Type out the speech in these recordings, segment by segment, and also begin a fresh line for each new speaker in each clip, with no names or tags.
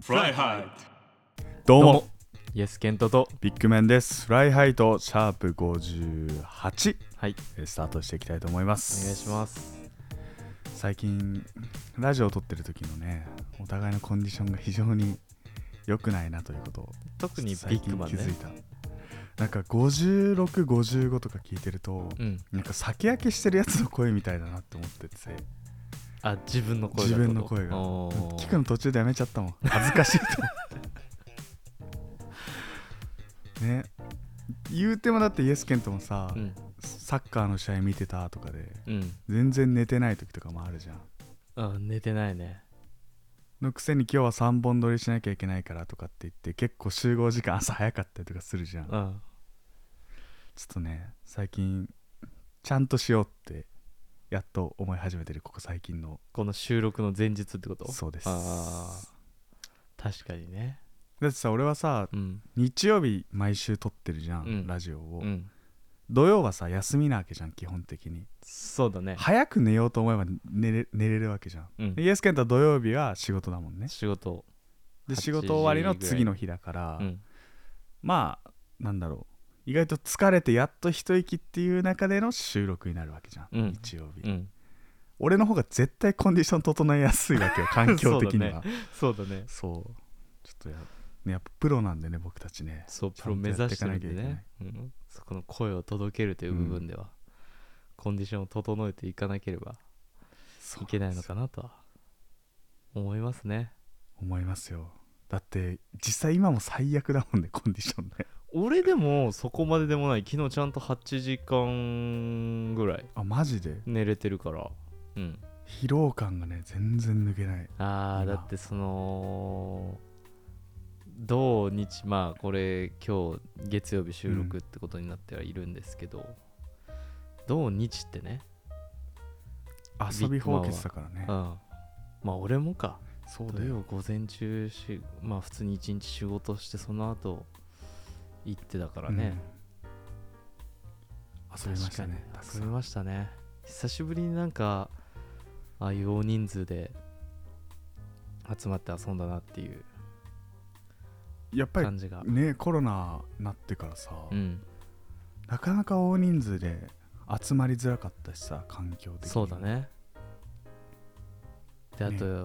フライハイ
どう
ど
も
うもイエスケントと
ビッグメンですフライハイとシャープ58
はい
えースタートしていきたいと思いま
お
す
願いします
最近ラジオを撮ってる時のねお互いのコンディションが非常に良くないなということを
特にビ
最
ッ
近
グ
気
マンね
づいた、なんか5655とか聞いてると、
うん
なんか酒焼けしてるやつの声みたいだなって思ってて
あ自分の声が
自分の声が
おー
聞くの途中でやめちゃったもん恥ずかしいと ね言うてもだってイエスケントもさ、
うん
サッカーの試合見てたとかで
うん
全然寝てない時とかもあるじゃん
あ寝てないね
のくせに今日は3本撮りしなきゃいけないからとかって言って結構集合時間朝早かったりとかするじゃんちょっ
うん
とね最近ちゃんとしようってやっと思い始めてるここ最近の
この収録の前日ってこと
そうです
あー確かにね
だってさ俺はさ
うん
日曜日毎週撮ってるじゃん、
うん
ラジオを、
うん
土曜はさ休みなわけじゃん基本的に
そうだね
早く寝ようと思えば寝れ寝れるわけじゃん、
うん
でイエスケントは土曜日は仕事だもんね
仕事
で
8
仕事終わりの次の日だから、
うん
まあなんだろう意外と疲れてやっと一息っていう中での収録になるわけじゃん、
うん
日曜日、
うん
俺の方が絶対コンディション整えやすいわけよ環境的には
そうだね
そう,、ちょっとや,、ね、やっぱプロなんでね僕たちね
そう
ち
プ
ゃ
ロ
んと
目
やって
指
い
し
か
てる
なんきゃ
で
いけない
ね、うん、そこの声を届けるという部分では、コンディションを整えていかなければ
そう
いけないのかなとは思いますね
思いますよだって実際今も最悪だもんねコンディションね
俺でもそこまででもない昨日ちゃんと8時間ぐらい
あマジで
寝れてるからうん
疲労感がね全然抜けない
あー
今
だってその土日まあこれ今日月曜日収録ってことになってはいるんですけど、土日ってね、
遊び放欠だから
う
ね
ん、まあ俺もか
そう
土
だよ
曜午前中しまあ普通に一日仕事してその後行ってだからね、
うん遊びましたねた
確
くさ
かに
ん
遊びましたね久しぶりになんかああいう大人数で集まって遊んだなっていう
やっぱり
感じが、
ねコロナなってからさ、
うん
なかなか大人数で集まりづらかったしさ環境的に
そうだねであ
ね
と、や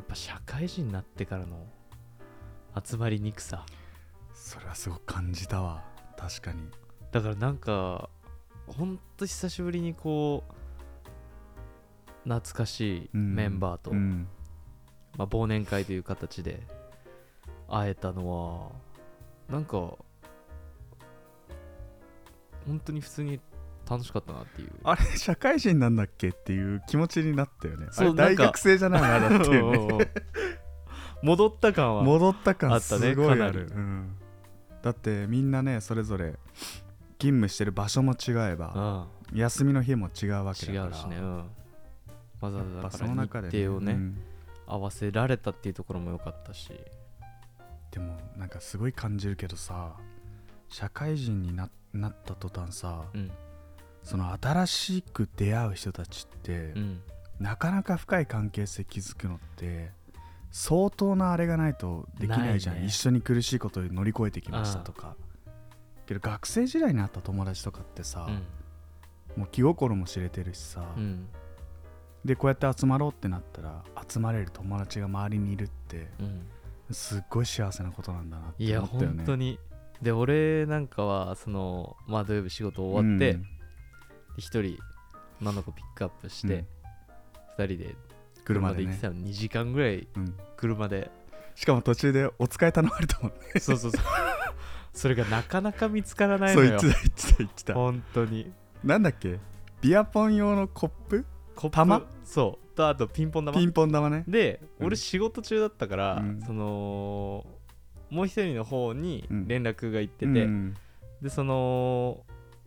っぱ社会人になってからの集まりにくさ
それはすごく感じたわ確かに
だからなんかほんと久しぶりにこう懐かしい
うん
メンバーと、
うん
まあ、忘年会という形で会えたのはなんか本当に普通に楽しかったなっていう
あれ社会人なんだっけっていう気持ちになったよねあ
そう
れ
なん
大
か
学生じゃないのだっていうね
おうおうおう戻った感は
戻った
あ
感
った
す
ね
ごい
か
あ
なり
る、うんだってみんなねそれぞれ勤務してる場所も違えば
う
休みの日も違うわけ
ん、違
だから
うしね、うん、わざわ
やっ
ざだ
ぱ
か
そ
ら
の中で
日程をね、
うん
合わせられたっていうところも良かったし
でもなんかすごい感じるけどさ社会人にななった途端さ、
うん
その新しく出会う人たちって、
うん
なかなか深い関係性築くのって相当なあれがないとできないじゃん
ないね
一緒に苦しいことを乗り越えてきましたとかけど学生時代に会った友達とかってさ、
うん
もう気心も知れてるしさ、
うん
でこうやって集まろうってなったら集まれる友達が周りにいるって
うん
すっごい幸せなことなんだなっ
い
て
や
思ったよね
本当にで俺なんかはそのまあ土曜日仕事終わって、
うん
一人女の子ピックアップして、二人で
車で
行っ
ね
てたの2時間ぐらい
うん
車で、
しかも途中でお使い頼まれたもんね
そうそうそう それがなかなか見つからない
そ
の
う
よ
言ってた言ってた言ってた
本当に
なんだっけビアポン用のコップ
コップ
玉
そうとあとピンポン玉
ピンポン玉ね
で、
うん
俺仕事中だったから、
うん
そのもう一人の方に連絡が行ってて、
うん
でその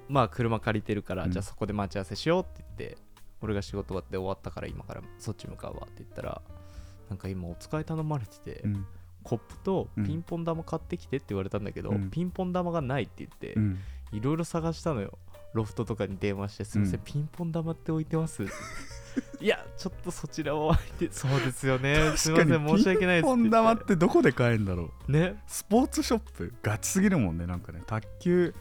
まあ車借りてるから、
うん
じゃあそこで待ち合わせしようって言って俺が仕事終わって終わったから今からそっち向かうわって言ったらなんか今お使い頼まれてて、
うん
コップと
うん
ピンポン玉買ってきてって言われたんだけど、
うん
ピンポン玉がないって言って
うん
いろいろ探したのよロフトとかに電話して「すいません、
うん
ピンポン玉って置いてます」いやちょっとそちらは相手そうですよねすいませ
確
ん
かに
申し訳ないです
ピンポン玉ってどこで買えるんだろう
ね
スポーツショップガチすぎるもんねなんかね卓球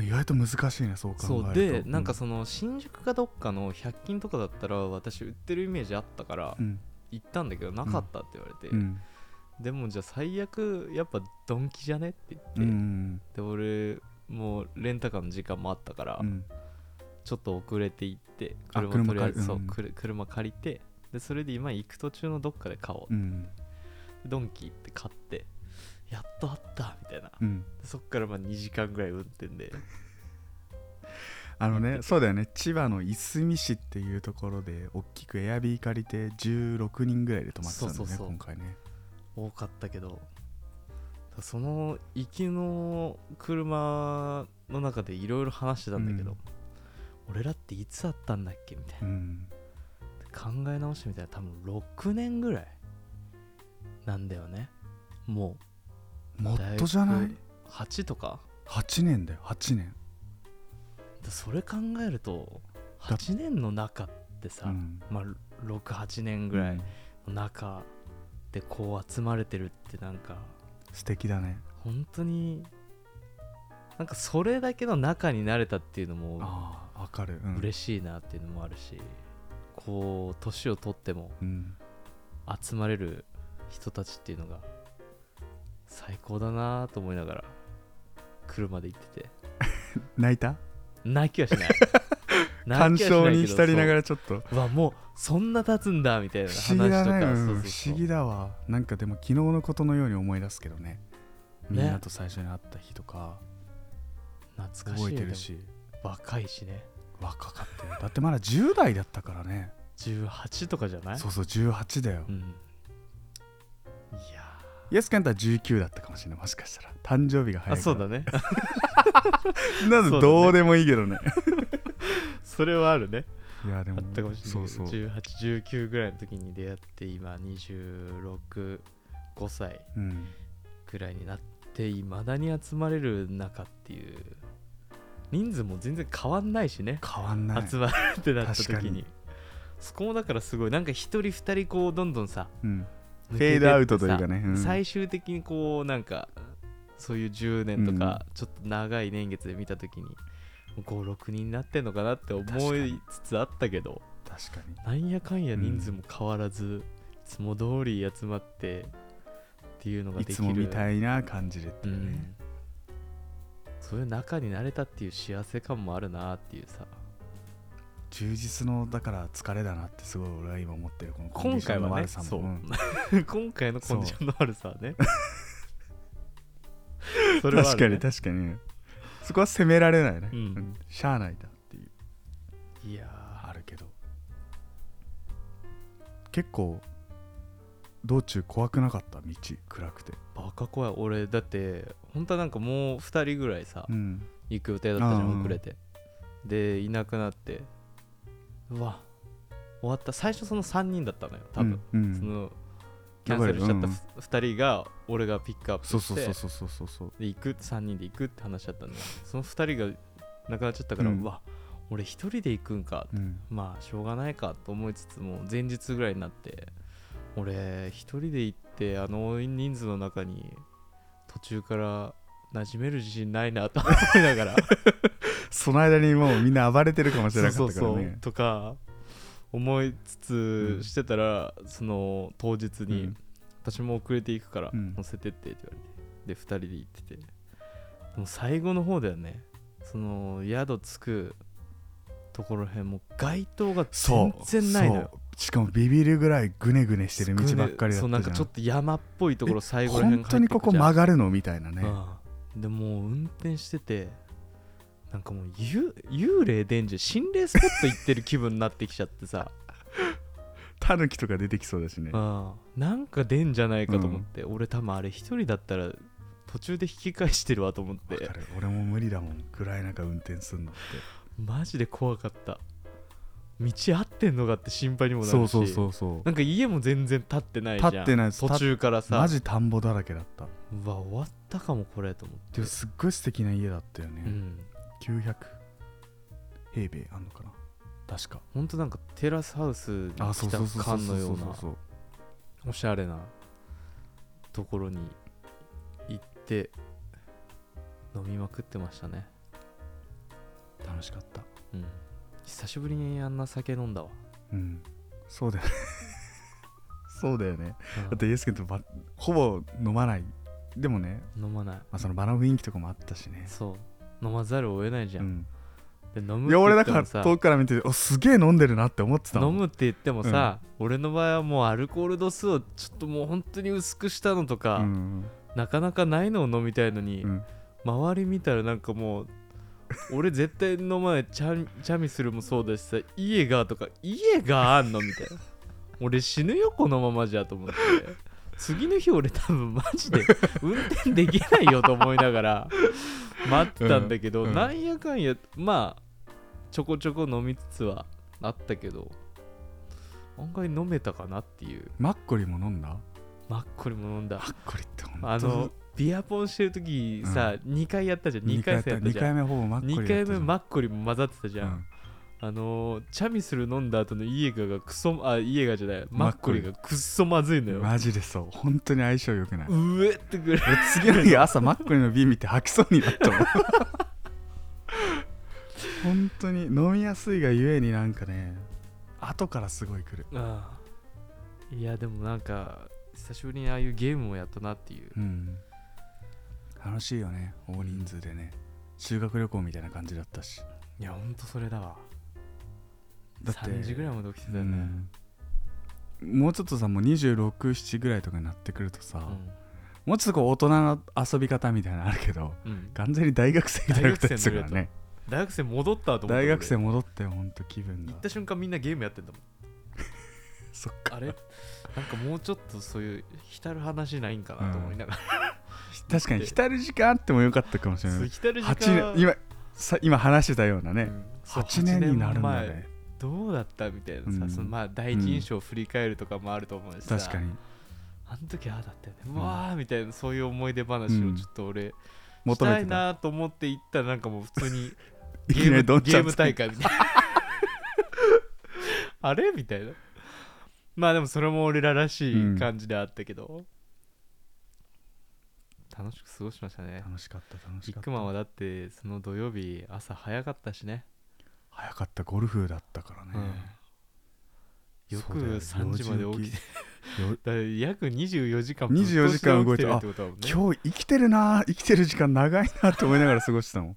意外と難しいねそう考えると
そうでなんか
う
その新宿かどっかの100均とかだったら私売ってるイメージあったから
うん
行ったんだけどなかったって言われ
う
て、
ん
でもじゃあ最悪やっぱドンキじゃねって言って、
うん
で俺もうレンタカーの時間もあったから、
うん
ちょっと遅れて行って
あ
車とりあえず
車借り
そう、
うん
くる車借りてでそれで今行く途中のどっかで買お
う
う、
ん
ドンキ行って買ってやっとあったみたいな
うん
でそっからまあ2時間ぐらい運転で
あのねそうだよね千葉のいすみ市っていうところで大きくエアビー借りて16人ぐらいで泊まってたんだよね
そうそうそう
今回ね
多かったけどだその行きの車の中でいろいろ話してたんだけど、俺らっていつあったんだっけみたいうな、
ん
考え直してみたら多分6年ぐらいなんだよねもう
もっとじゃな
だ
い
ぶ8とか
8年だよ8年
だそれ考えると8年の中ってさ、
うん
まあ68年ぐらいの中でこう集まれてるってなんか
素敵だね
本当になんかそれだけの中になれたっていうのも
ああわかるうん
嬉しいなっていうのもあるし、こう年を取っても
うん
集まれる人たちっていうのが最高だなと思いながら車で行ってて
泣いた
泣き はしない
感
泣きはし
傷
ないけど
に浸りながらちょっと
そううわもうそんな経つんだみたいな
不
話
思議だ
とか、
ね、う
そうんそう
不
そう
思議だわなんかでも昨日のことのように思い出すけどねみん
ね
なと最初に会った日とか
懐かしい
覚えて
よ
る
で
し
も若いしね
若かったよだってまだ10代だったからね
18とかじゃない
そうそう18だよ
うんいや
イエスケンタは19だったかもしれないもしかしたら誕生日が
ー
早
あ
い
そうだね
なのでどうでもいいけどね
それはあるね
いやで
あ
も
ったかもしれないけ
そ
ど
うそう、
1819ぐらいの時に出会って今265歳
うん、
ぐらいになっていまだに集まれる中っていう人数も全然変わんないしね
変わんない
集まるってなった時
確
に
かに
そこもだからすごいなんか一人二人こうどんどんさ
うん、
フ
フェードアウトというかね、うん
最終的にこうなんかそういう10年とか、ちょっと長い年月で見た時に56人になってんのかなって思いつつあったけど
確かに
なんやかんや人数も変わらず、いつも通り集まってっていうのが
い
できる
つもみたいな感じでって
う
いうね、
ん、そういう中になれたっていう幸せ感もあるなっていうさ
充実のだから疲れだなってすごい俺は今思ってるこのコンディ
今
ショ
回
ンの
はね
悪さも
そう、
うん
今回のコンディションの悪さは ねそれはあ
確か
る
に
ね
確かにそこは責められないね、
うん
うんしゃあないだっていう
いやー
あるけど結構道中怖くなかった道暗くて
バカ怖い俺だって本当はなんかもう2人ぐらいさ、
うん
行く予定だったじゃ
うんうんん
遅れてでいなくなってうわ終わった最初その3人だったのよ多分、、
うんうん
そのキャンセルしちゃった2人が俺がピックアップして
そうそうそうそうそうそうそう
で行く3人で行くって話だったんだよその2人が亡くなっちゃったから、
う
うんわ俺1人で行くんか
うん
まあしょうがないかと思いつつも前日ぐらいになって俺一人で行ってあの人数の中に途中から馴染める自信ないなと思いながら
その間にもうみんな暴れてるかもし
そ
れ
う
なかっ
そう
たから
そ
ね
うとか思い
う
つつ
ん
してたら、その当日に、
うん
私も遅れていくから
うん
乗せてってって言われてで2人で行っててでも最後の方だよねその宿着くところへんもう街灯が全然ないのよ
そうしかもビビるぐらいグネグネしてる道ばっかりだったじゃん
そうなんかちょっと山っぽいところ最後らへん
本当にここ曲がるのみたいなね、
うんでもう運転しててなんかもう幽幽霊伝授心霊スポット行ってる気分になってきちゃってさ、
タヌキとか出てき そうだしね
うん、なんか出んじゃないかと思って、俺多分あれ一人だったら途中で引き返してるわと思っ
わ
て
かる俺も無理だもん暗い中運転すんのって
マジで怖かった道合ってんのかって心配にもなるし
そうそうそうそう
なんか家も全然立ってないじゃん
立ってないです
途中からさ
マジ田んぼだらけだった
うわ終わったかもこれと思って
でもすっごい素敵な家だったよ
う
ね、
ん
900平米あんのかな確か
ほんとなんかテラスハウスに来
あそう
た
そうそうそう
感
そ
の
う
よ
そううそう
なおしゃれなところに行って飲みまくってましたね
楽しかった
うん久しぶりにあんな酒飲んだわ
うんそうだよね そうだよね
うん
だってイエス君とばほぼ飲まないでもね、
飲まない
まあ、その場の雰囲気とかもあったしね
そう飲まざるを得ないじゃ、
うんん、
で飲むっ
い
て
や俺だ
言って
から
もさ
遠くから見てておすげえ飲んでるなって思ってたもん
飲むって言ってもさ、俺の場合はもうアルコール度数をちょっともう本当に薄くしたのとか、
うん
なかなかないのを飲みたいのに、
うん
周り見たらなん かもう俺絶対飲まないチャミチャミスルもそうだしさ家がとか家があんのみたいな俺死ぬよこのままじゃと思って次の日俺多分マジで運転できないよと思いながら待ってたんだけど、
うんうん
なんやかんやまあちょこちょこ飲みつつはあったけど案外飲めたかなっていう
マッコリも飲んだ
マッコリも飲んだ
マッコリってほんと
あのビアポンしてる時さ、2回やったじゃん2回戦やった
2
じゃ
回
ん
目ほぼマッコリ
2回目マ
ッ
ッコリも混ざってたじゃん、あのーチャミスル飲んだ後のイエガがクソあイエガじゃないマッコリがクッソまずいのよ、
マジでそう本当に相性良くないう
えってくる
俺次の日朝マッコリの瓶見て吐きそうになったもん本当に飲みやすいがゆえになんかね後からすごい来る
ああいやでもなんか久しぶりにああいうゲームをやったなっていう
うん楽しいよね大人数でね修学旅行みたいな感じだったし
いやほんとそれだわ
だって
3時ぐらいまで起きてたよね、
うんもうちょっとさもう267ぐらいとかになってくるとさ、
うん
もうちょっとこう大人の遊び方みたいなのあるけど
うん
完全に大学生みたいなことやってたからね
大学生戻ったと思った
大学生
俺
戻ってほんと気分が
行った瞬間みんなゲームやってんだもん
そっか
あれなんかもうちょっとそういう浸る話ないんかなと思いながら、
確かに浸る時間あってもよかったかもしれ
そ
な
う
い
浸る時
八
間
年今さ今話してたような
う
ね、
んそう
八8年になるんだ
八年前
ね
どうだったみたいなさ、
うん
そのまあ第一印象を振り返るとかもあると思うしさ、
確かに
あの時ああだったよね、
ん
うわーみたいなそういう思い出話をちょっと俺、し
求
た
めて
い
た
なと思って行ったらなんかもう普通に
い
ゲ
きなり
ー
ど
ム
ん
ゲ
ちゃん
ーム大会みたいな あれみたいなまあでもそれも俺ららしい感じであったけど、楽しく過ごしましたね
楽しかった楽し
ビ
か
ッ
っ
グ
た
マンはだってその土曜日朝早かったしね
早かったゴルフだったからね、
よく
そうだよ
3時まで起きて
よ
だから約24時間
24時間動いて
ぶっ通しで起きるってことだもんね
今日生きてるな生きてる時間長いなと思いながら過ごしてたもん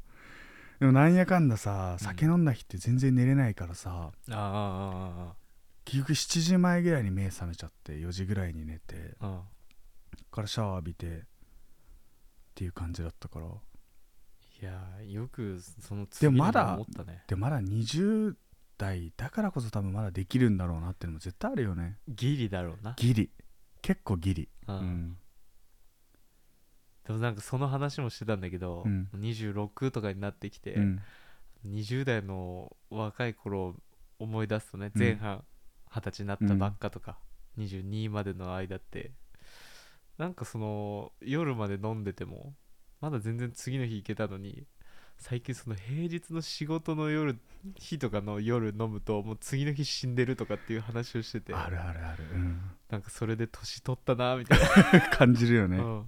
でもなんやかんださ酒飲んだ日って全然寝れないからさ、
ああ
結局7時前ぐらいに目覚めちゃって4時ぐらいに寝て
ああああああ
そっからシャワー浴びてっていう感じだったから
いやーよくその
で
次
も
の
ま
日
だ
思ったね
でまだ20代だからこそ多分まだできるんだろうなっていうのも絶対あるよね
ギリだろうな、
ギリ結構ギリ
う
うんん
でもなんかその話もしてたんだけど、
うん
26とかになってきて、
うん
20代の若い頃を思い出すとね
うん
前半二十歳になったばっかとか、22までの間ってなんかその夜まで飲んでてもまだ全然次の日行けたのに最近その平日の仕事の夜日とかの夜飲むともう次の日死んでるとかっていう話をしてて
あるあるある、う
なんかそれで年取ったなみたいな、
ん、感じるよね、
うん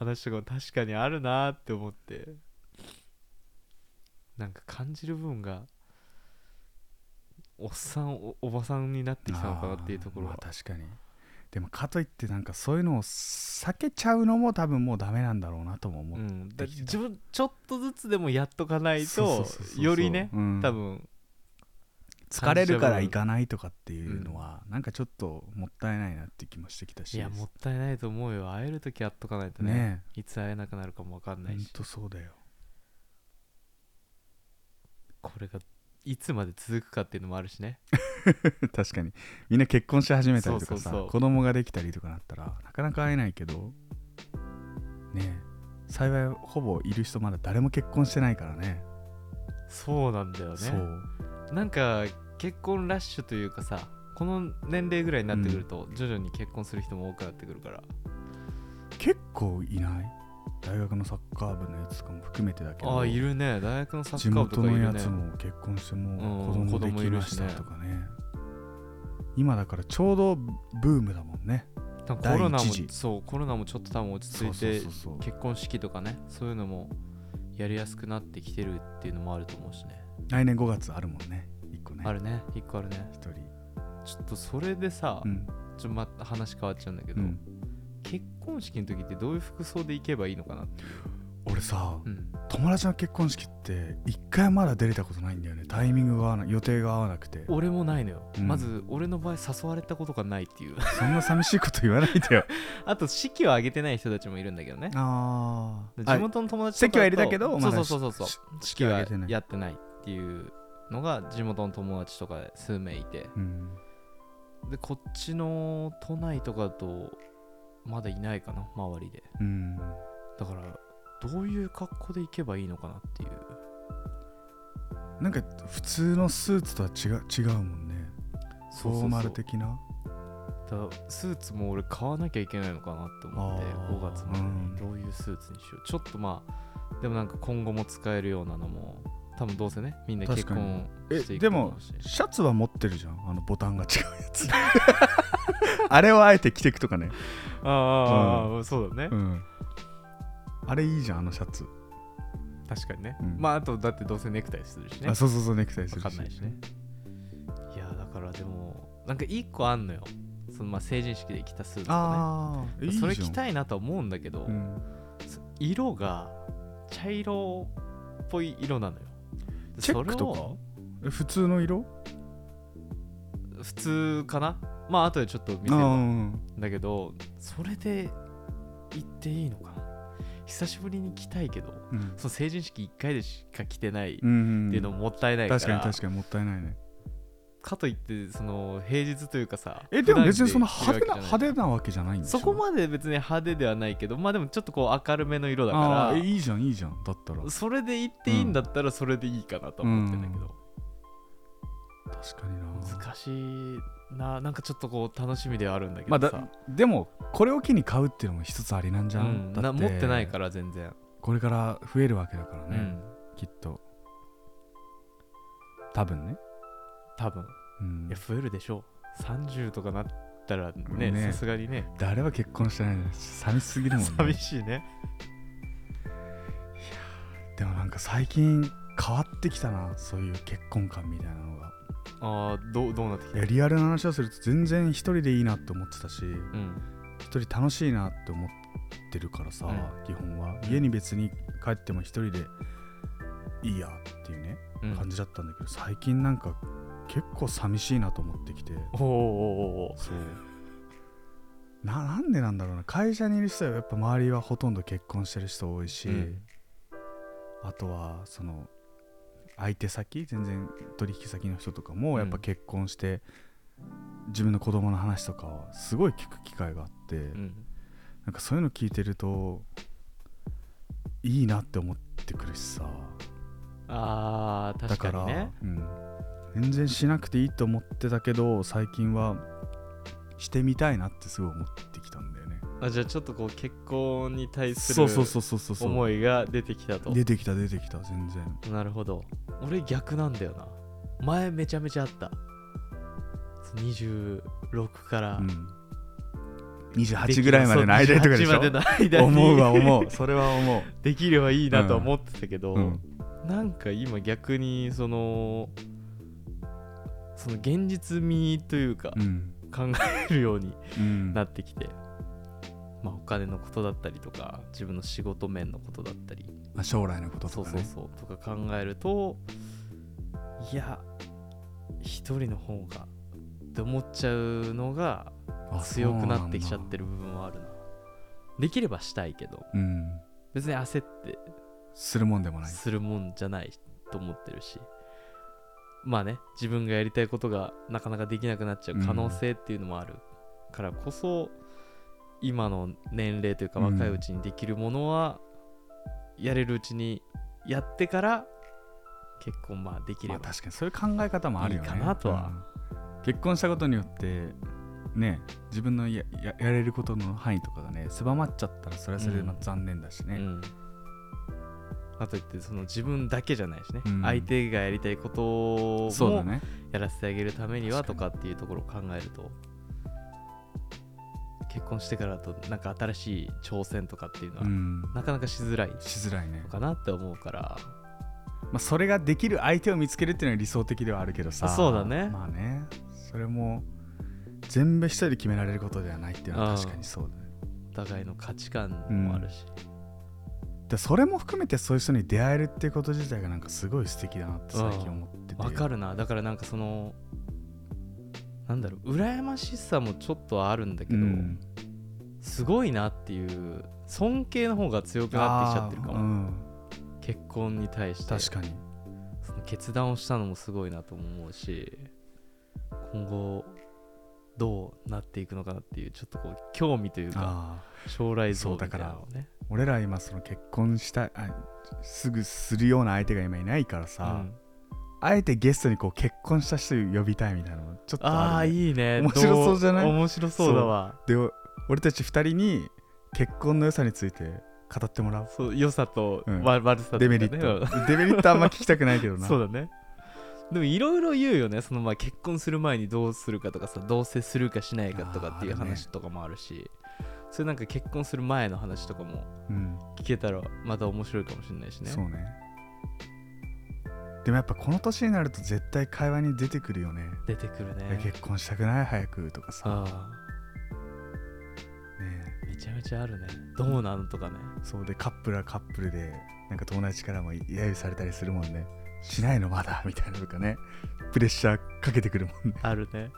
話とかも確かにあるなって思ってなんか感じる部分がおっさんおおばさんになってきたのかなっていうところ
あ
は
ーまあ確かにでもかといってなんかそういうのを避けちゃうのも多分もうダメなんだろうなとも思
う
う、
ん、だ
できた
自分ちょっとずつでもやっとかない
そう
と
そうそうそう
よりね、
うん
多分
疲れるから行かないとかっていうのは、なんかちょっともったいないなって気もしてきたし
いやもったいないと思うよ会える時会っとかないとね
ね
いつ会えなくなるかも分かん
え
な
ほ
い
ん
し
とそうだよ
これがいつまで続くかっていうのもあるしね
確かにみんな結婚し始めたりとかさ
そうそうそう
子供ができたりとかなったらなかなか会えないけどねえ幸いほぼいる人まだ誰も結婚してないからね
そうなんだよね
そう
なんか結婚ラッシュというかさこの年齢ぐらいになってくると徐々に結婚する人も多くなってくるから、
結構いない大学のサッカー部のやつとかも含めてだけど
ああいるね大学のサ
地
ッカー部と
元
かい
の
る
や
ね
つも結婚しても
うん
う子供で
子供
き
いる
ま
し
し
ね
たとかね,、今だからちょうどブームだもんね
多分コロナも
第一次
そうコロナもちょっと多分落ち着いて
そうそうそうそう
結婚式とかねそういうのもやりやすくなってきてるっていうのもあると思うしね
来年5月あるもんね1個ね
あるね一個あるね
一人
ちょっとそれでさ、
うん
ちょっとまた話変わっちゃうんだけ
う
ど、
ん
結婚式の時ってどういう服装で行けばいいのかなって
俺さ、
うん
友達の結婚式って一回まだ出れたことないんだよねタイミングが合わない予定が合わなくて
俺もないのよ、
うん
まず俺の場合誘われたことがないっていう
そんな寂しいこと言わないでよ
あと式を挙げてない人たちもいるんだけどね
あ
で
あ
地元の友達とか
席は入れたけど
そ
ま
うそ
だ
うそうそう
し
式は
挙げてない
やってないっていうのが地元の友達とかで数名いて
うん
でこっちの都内とかだとまだいないかな周りで
うん
だからどういう格好で行けばいいのかなっていう
なんか普通のスーツとは違う違うもんねフォーマル的な
だスーツも俺買わなきゃいけないのかなって思って
あー
5月まで
うん
にどういうスーツにしようちょっとまあでもなんか今後も使えるようなのも多分どうせねみんな結婚
え
してい
で
くと
も
思うし
シャツは持ってるじゃんあのボタンが違うやつ あれをあえて着てくとかね、
ああ、ああそうだね、
うん、あれいいじゃんあのシャツ、
確かにね、
うん
まああとだってどうせネクタイするしね
あそうそうそうネクタイす
わ
るし
かんないしねいやだからでもなんか一個あんのよそのまあ成人式で着たスーツとか
ああ
ねそれ着
い
たいなとは思うんだけど、
じゃん、うん
色が茶色っぽい色なのよで
チェックとか
そ
え普通の色
れを普通かなまああとでちょっと見せ
あ
る
ーうんん
だけどそれで行っていいのかな久しぶりに着たいけど
うん
その成人式1回でしか着てないっ
うん
ていうのももったいないから、
確かに確かにもったいないね
かといってその平日というかさ
えでも別にその
普段
派
着
手
て
な
るわけじゃ
派手なわけじゃ
い
ないんでしょ
そこまで別に派手ではないけどまあでもちょっとこう明るめの色だ
あ
か
ーえいいじゃんいいじゃんだったら
らそれで行っていいんだったらそれでいいかなとは思ってんだけど、
確かにな
難しいななんかちょっとこう楽しみではあるんだけ
まあ、
どさ、
だでもこれを機に買うっていうのも一つありなんじゃん、
うん
だ
な持ってない
ら
から全然、
これから増えるわけだから
う
ね、
ん
きっと多分ね、
多分
うん
いや、増えるでしょう30とかなったらね
ね
さすがにね
誰は結婚してないのに寂しすぎるもん
寂
ね
しいね
でもなんか最近変わってきたなそういう結婚観みたいなのが
ああどうどうなってき
い
た
やリアルな話をすると全然一人でいいなって思ってたし
うん
一人楽しいなって思ってるからさ、
うん
基本は
うん
家に別に帰っても一人でいいやっていうね、
うん
感じだったんだけど、最近なんか結構寂しいなと思ってきて
おーおーおーお
そうななんでなんだろうな会社にいる人はやっぱ周りはほとんど結婚してる人多いし、
うん
あとはその相手先全然取引先の人とかもやっぱ結婚して、自分の子供の話とかはすごい聞く機会があって、
ーうん
なんかそういうの聞いてるといいなって思ってくるしさ。
あー確かにね
うん、全然しなくていいと思ってたけど最近はしてみたいなってすごい思ってきたんだよね
あじゃあちょっとこう結婚に対す
そう
る
そうそうそうそうそう
思いが出てきたと
出てきた出てきた全然
なるほど俺逆なんだよな前めちゃめちゃあった26から、
うん28ぐらいまでの間とかでし
28まで
ょ
の間に
思うは思 うそれは思う、
できればいいなとは思ってたけど、
うん
なんか今逆にそのその現実味というか
うん
考えるように
うん
なってきて、まあお金のことだったりとか自分の仕事面のことだったり
まあ将来のこと
そ
と
う
か
そう
ね
そうとか考えるといや一人の方がって思っちゃうのが
あ
強くなってきちゃっ
そ
てる部分はあるなできればしたいけど
うなんだうん
別に焦って
するもんでもない
するもんじゃないと思ってるし、まあね自分がやりたいことがなかなかできなくなっちゃう可能性っていうのもあるからこそ、今の年齢というか
うん
若いうちにできるものは、やれるうちにやってから結婚まあできれ
まあ
ば、
確かにそういう考え方もあるよね
いいかなとは
うん結婚したことによってね自分のやややれることの範囲とかがね狭まっちゃったらそれはそれでまあ
うん
残念だし
う
ね、
ん、あといってその自分だけじゃないしね、
うん
相手がやりたいこと
そうだ
も
ね
やらせてあげるためにはと
確
かっていうところを考えると結婚してからだとなんか新しい挑戦とかっていうのは、
うん
なかなかしづらい
しづらいね
の、かなって思うから
まあ、それができる相手を見つけるっていうのは理想的ではあるけどさ
そうだね
まあねそれも全部一人で決められることではないっていうの
う
は
ん
確かにそうだね
お互いの価値観もあるし、
でそれも含めてそういう人に出会えるっていうこと自体がなんかすごい素敵だなって最近思ってて
わかるなだからなんかそのなんだろう羨ましさもちょっとあるんだけ
う
ど、
ん
すごいなっていう尊敬の方が強くなってきちゃってるかも、
あーうん
結婚に対して
確かに
その決断をしたのもすごいなとも思うし今後どうなっていくのかなっていうちょっとこう興味というか
あー
将来像
そ
み
う
た
だ
いな
から
のをね
俺ら今その結婚したいあすぐするような相手が今いないからさ、
うん
あえてゲストにこう結婚した人呼びたいみたいなのちょっと
あ
あ
あ
る、ね、
いいね
面白そう
ど
じゃない
面白そうだわ
でお俺たち2人に結婚の良さについて語ってもらおう
そう良さと
うん
わ悪さとか
デメ
ね
リット、デメリットあんま聞きたくないけど
うん
な
そうだねでもいろいろ言うよねそのまあ結婚する前にどうするかとかさ同棲するかしないかとかっていう
あーあるね
話とかもあるしそれなんか結婚する前の話とかも
うん
聞けたらまた面白いかもしれないしね
そうねでもやっぱこの年になると絶対会話に出てくるよね
出てくる
いや
ね
結婚したくない早くとかさ、
あ
ね、
あめちゃめちゃあるねどうなんとかね
そうでカップルはカップルでなんか友達からも揶揄されたりするもんねしないのまだみたいなとかねプレッシャーかけてくるもんね
あるね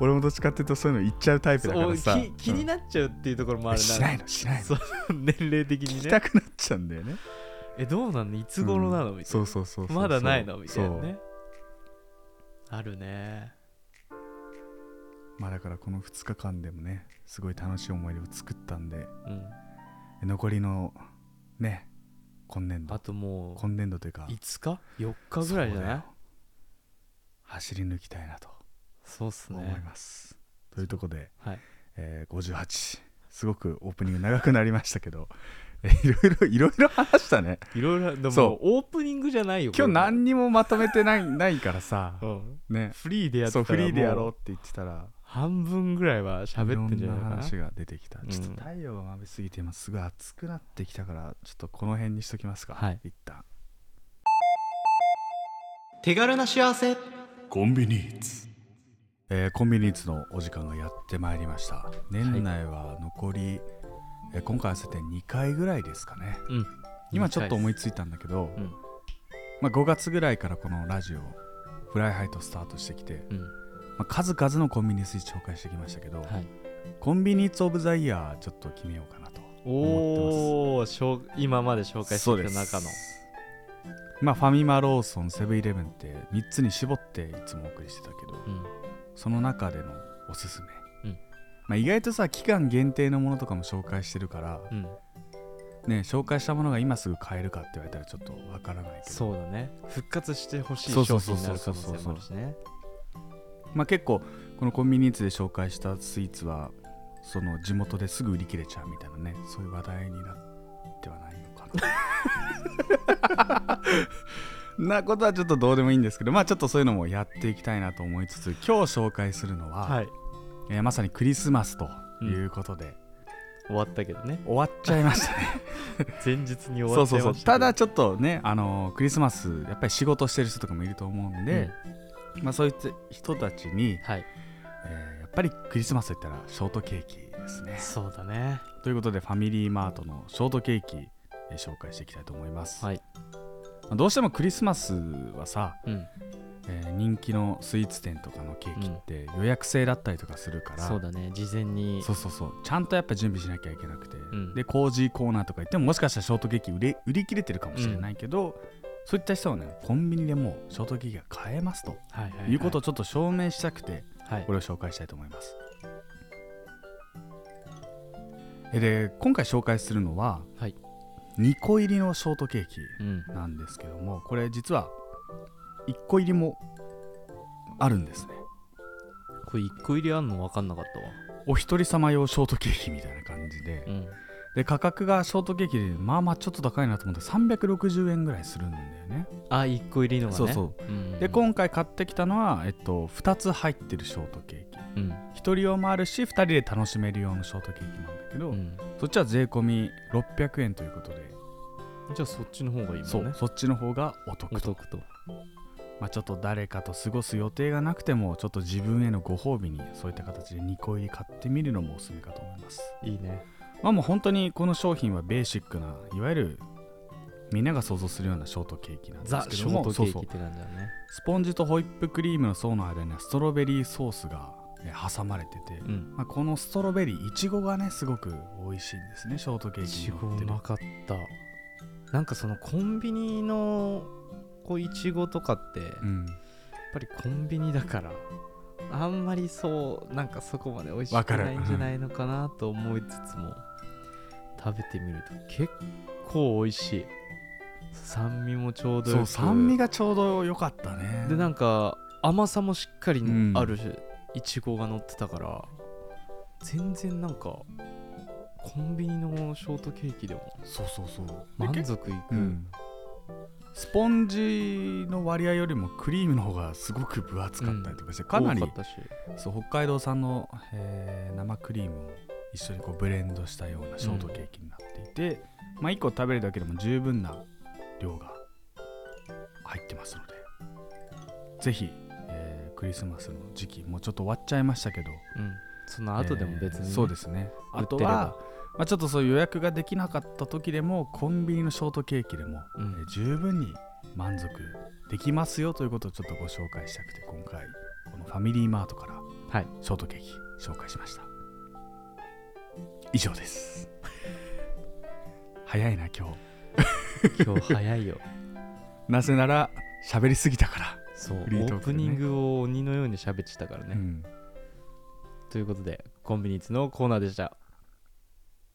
俺もどっちかっていうとそういうの言っちゃうタイプだか
そう
らさ
き気になっちゃうっていうところもあ
うん
る
しないのしないの
そう年齢的
聞
に
き
ね
たくなっちゃうんだよね
えどうなんのいつ頃なの、みたい
そ
な
うそうそうそう
まだないのみたいな
そう
ねあるね
まあだからこの2日間でもねすごい楽しい思い出を作ったんで
うん
残りのね今年
あ
度
とも
今年度というか
う5日4日ぐらいじ
そ
ゃない
うだよ走り抜きたいなと
そうっす
思
ね
います、というところで、
はい
えー58すごくオープニング長くなりましたけど えーいろいろいろいろ話した ね
いろいろでも
そう
オープニングじゃないよ
今日
こ
何にもまとめて ないないからさ
れうん
ね
フリーでやった
そう
ら
フリーでやろう
も
って言ってたら
半分ぐらいはい喋
ろ
ってんじゃ
ん
な
ない
かな
話が出てきた
うん
ちょっと太陽がまぶしすぎて今すごい暑くなってきたからちょっとこの辺にしときますか、
はい
一旦
手軽な幸せ
コンビニーツ、えーコンビニーツのお時間がやってまいりました年内は残り、えー今回合わせて2回ぐらいですかね
うん
今ちょっと思
い
いついたんだけど、
うん
まあ、5月ぐらいからこのラジオフライハイとスタートしてきて、
うん
まあ、数々のコンビニーツに紹介してきましたけど、
はい
コンビニーツオブザイヤーちょっと決めようかなと
おお今まで紹介してきた中の
まあファミマローソンセブンイレブンって3つに絞っていつもお送りしてたけど、
うん
その中でのおすすめ、
うん
まあ、意外とさ期間限定のものとかも紹介してるから、
うん
ね、紹介したものが今すぐ買えるかって言われたらちょっとわからないけど、
そうだね復活してほしい
そうそ
商
うそう
品にな
そう
る
そ
可
う
能性もあるしね
まあ、結構このコンビニーツで紹介したスイーツはその地元ですぐ売り切れちゃうみたいなねそういう話題になってはないのかな なことはちょっとどうでもいいんですけどまあちょっとそういうのもやっていきたいなと思いつつ今日紹介するのは、
はい
えーまさにクリスマスということで、
終わったけどね
終わっちゃいましたね
前日に
そ
終
う
わっち
そ
ゃ
う
い
そう
まし
た
たけど
だちょっとねあのークリスマスやっぱり仕事してる人とかもいると思うんで、まあそういった人たちに、
うんはい
えーやっぱりクリスマスといったらショートケーキですね
そうだね
ということでファミリーマートのショートケーキ、えー紹介していきたいと思います、
はい
まあどうしてもクリスマスはさ、
うん
えー人気のスイーツ店とかのケーキって予約制だったりとかするから、
そうだね事前に
そうそうそうちゃんとやっぱ準備しなきゃいけなくて、
ん
で工事コーナーとか行ってももしかしたらショートケーキ売れ売り切れてるかもしれないけど、そういった人はねコンビニでもうショートケーキが買えますと
はいはい
いうことをちょっと証明したくて
はい
これを紹介したいと思いますえで今回紹介するのは、
はい
2個入りのショートケーキ
うん
なんですけどもこれ実は1個入りもあるんですね
これ1個入りあんの分かんなかったわ
お一人様用ショートケーキみたいな感じで、
うん
で価格がショートケーキでまあまあちょっと高いなと思って360円ぐらいするんだよね
あ1個入りのがね、
そうそう
ん、
で今回買ってきたのは、えっと、2つ入ってるショートケーキ
うん
1人用もあるし2人で楽しめる用のショートケーキなんだけど、
うん、
そっちは税込み600円ということで、
じゃあそっちの方がいい
そ
もん
う
ね
そっちの方がお得
お
と
得と
まあ、ちょっと誰かと過ごす予定がなくてもちょっと自分へのご褒美にそういった形で2個入り買ってみるのもおすすめかと思います
いいね
まあもう本当にこの商品はベーシックないわゆるみんなが想像するようなショートケーキなんです
ザ・
け
シ
ど
ョー
も
トケー
そ
キ
う
っ
そう
て感じだね
スポンジとホイップクリームの層の間にはストロベリーソースがえー挟まれてて、
うん
まあ、このストロベリーいちごがねすごく美味しいんですねショートケー
い
キ
ち
に
ご
乗って
う
る
まかったなんかそのコンビニのこういちごとかって、
う
やっ
ん
ぱりコンビニだからあんまりそうなんかそこまで美味し
わ
く
かる
ないんじゃないのかなと思いつつも食べてみると結構美味しい酸味もちょうどよ
そう
く
酸味がちょうど良かったね
でなんか甘さもしっかり
うん
あるしいちごが乗ってたから全然なんかコンビニのショートケーキでも
そうそうそうで
満足いく、
うん、スポンジの割合よりもクリームの方がすごく分厚かったりとかして、かなり
多ったし
そう北海道産の、えー生クリームを一緒にこうブレンドしたようなショートケーキになっていて、まあ1個食べるだけでも十分な量が入ってますのでぜひ、えークリスマスの時期もうちょっと終わっちゃいましたけど
うんその後でも別にね、
えーそうですね
売
あ
っ
と
てれば
は、まあ、ちょっとそういう予約ができなかった時でもコンビニのショートケーキでも、
うん
えー十分に満足できますよということをちょっとご紹介したくて今回このファミリーマートから
はい
ショートケーキ紹介しました以上です 早いな今日
今日 早いよ
なぜなら喋りすぎたから、
そう、オ
フリートー
ー
ク
プ
でね
ニングを鬼のように喋ってたからね、
うん
ということでコンビニッツのコーナーでした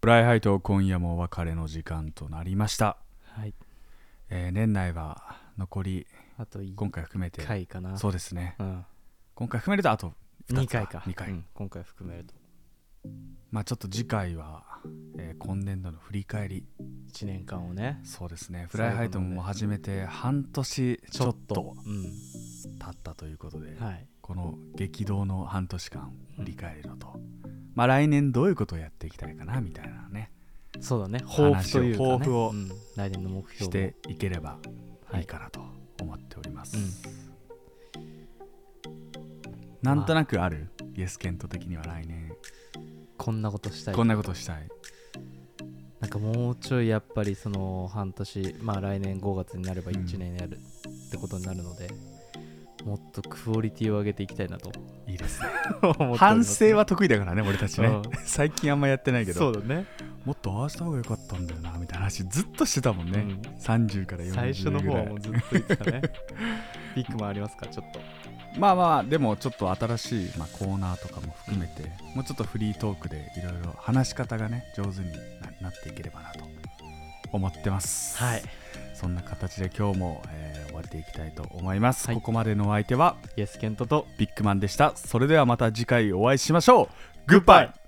ブライハイと今夜もお別れの時間となりました、
はい
えー年内は残り
あと1
今回含めて
回かな
そうですね
うん、
今回含めるとあと
2回か
2回、
うん今回含めると
まあちょっと次回は、えー今年度の振り返り
1年間をね
そうですねフ
最
ラ
後のね
イハイトも始めて半年ちょっ
ち
と
う
経ったということで、
んはい
この激動の半年間振り返るのと、まあ来年どういうことをやっていきたいかなみたいなね
そうだね抱負というか、ね、
抱負を
うん来年の目標
し
も
ていければ
はい
いいかなと思っております、なんとなくある、イエスケント的には来年
こんなことしたい
こんなことしたい
なんかもうちょいやっぱりその半年まあ来年5月になれば
うん
1年になるってことになるので、もっとクオリティを上げていきたいなと
いいですね
思っております
反省は得意だからね俺たちね、
うん
最近あんまやってないけど
そうだね
もっとああした方が良かったんだよなみたいな話ずっとしてたもんね、
うん
30から40ぐら
最
い
初の方はもうずっと言って たねビッグもありますかちょっと
まあまあでもちょっと新しい、まあ、コーナーとかも含めて、もうちょっとフリートークでいろいろ話し方がね上手にななっていければなと思ってます
はい
そんな形で今日も、えー終わっていきたいと思います、
はい
ここまでのお相手は
イエスケントと
ビッグマンでしたそれではまた次回お会いしましょうグッバイ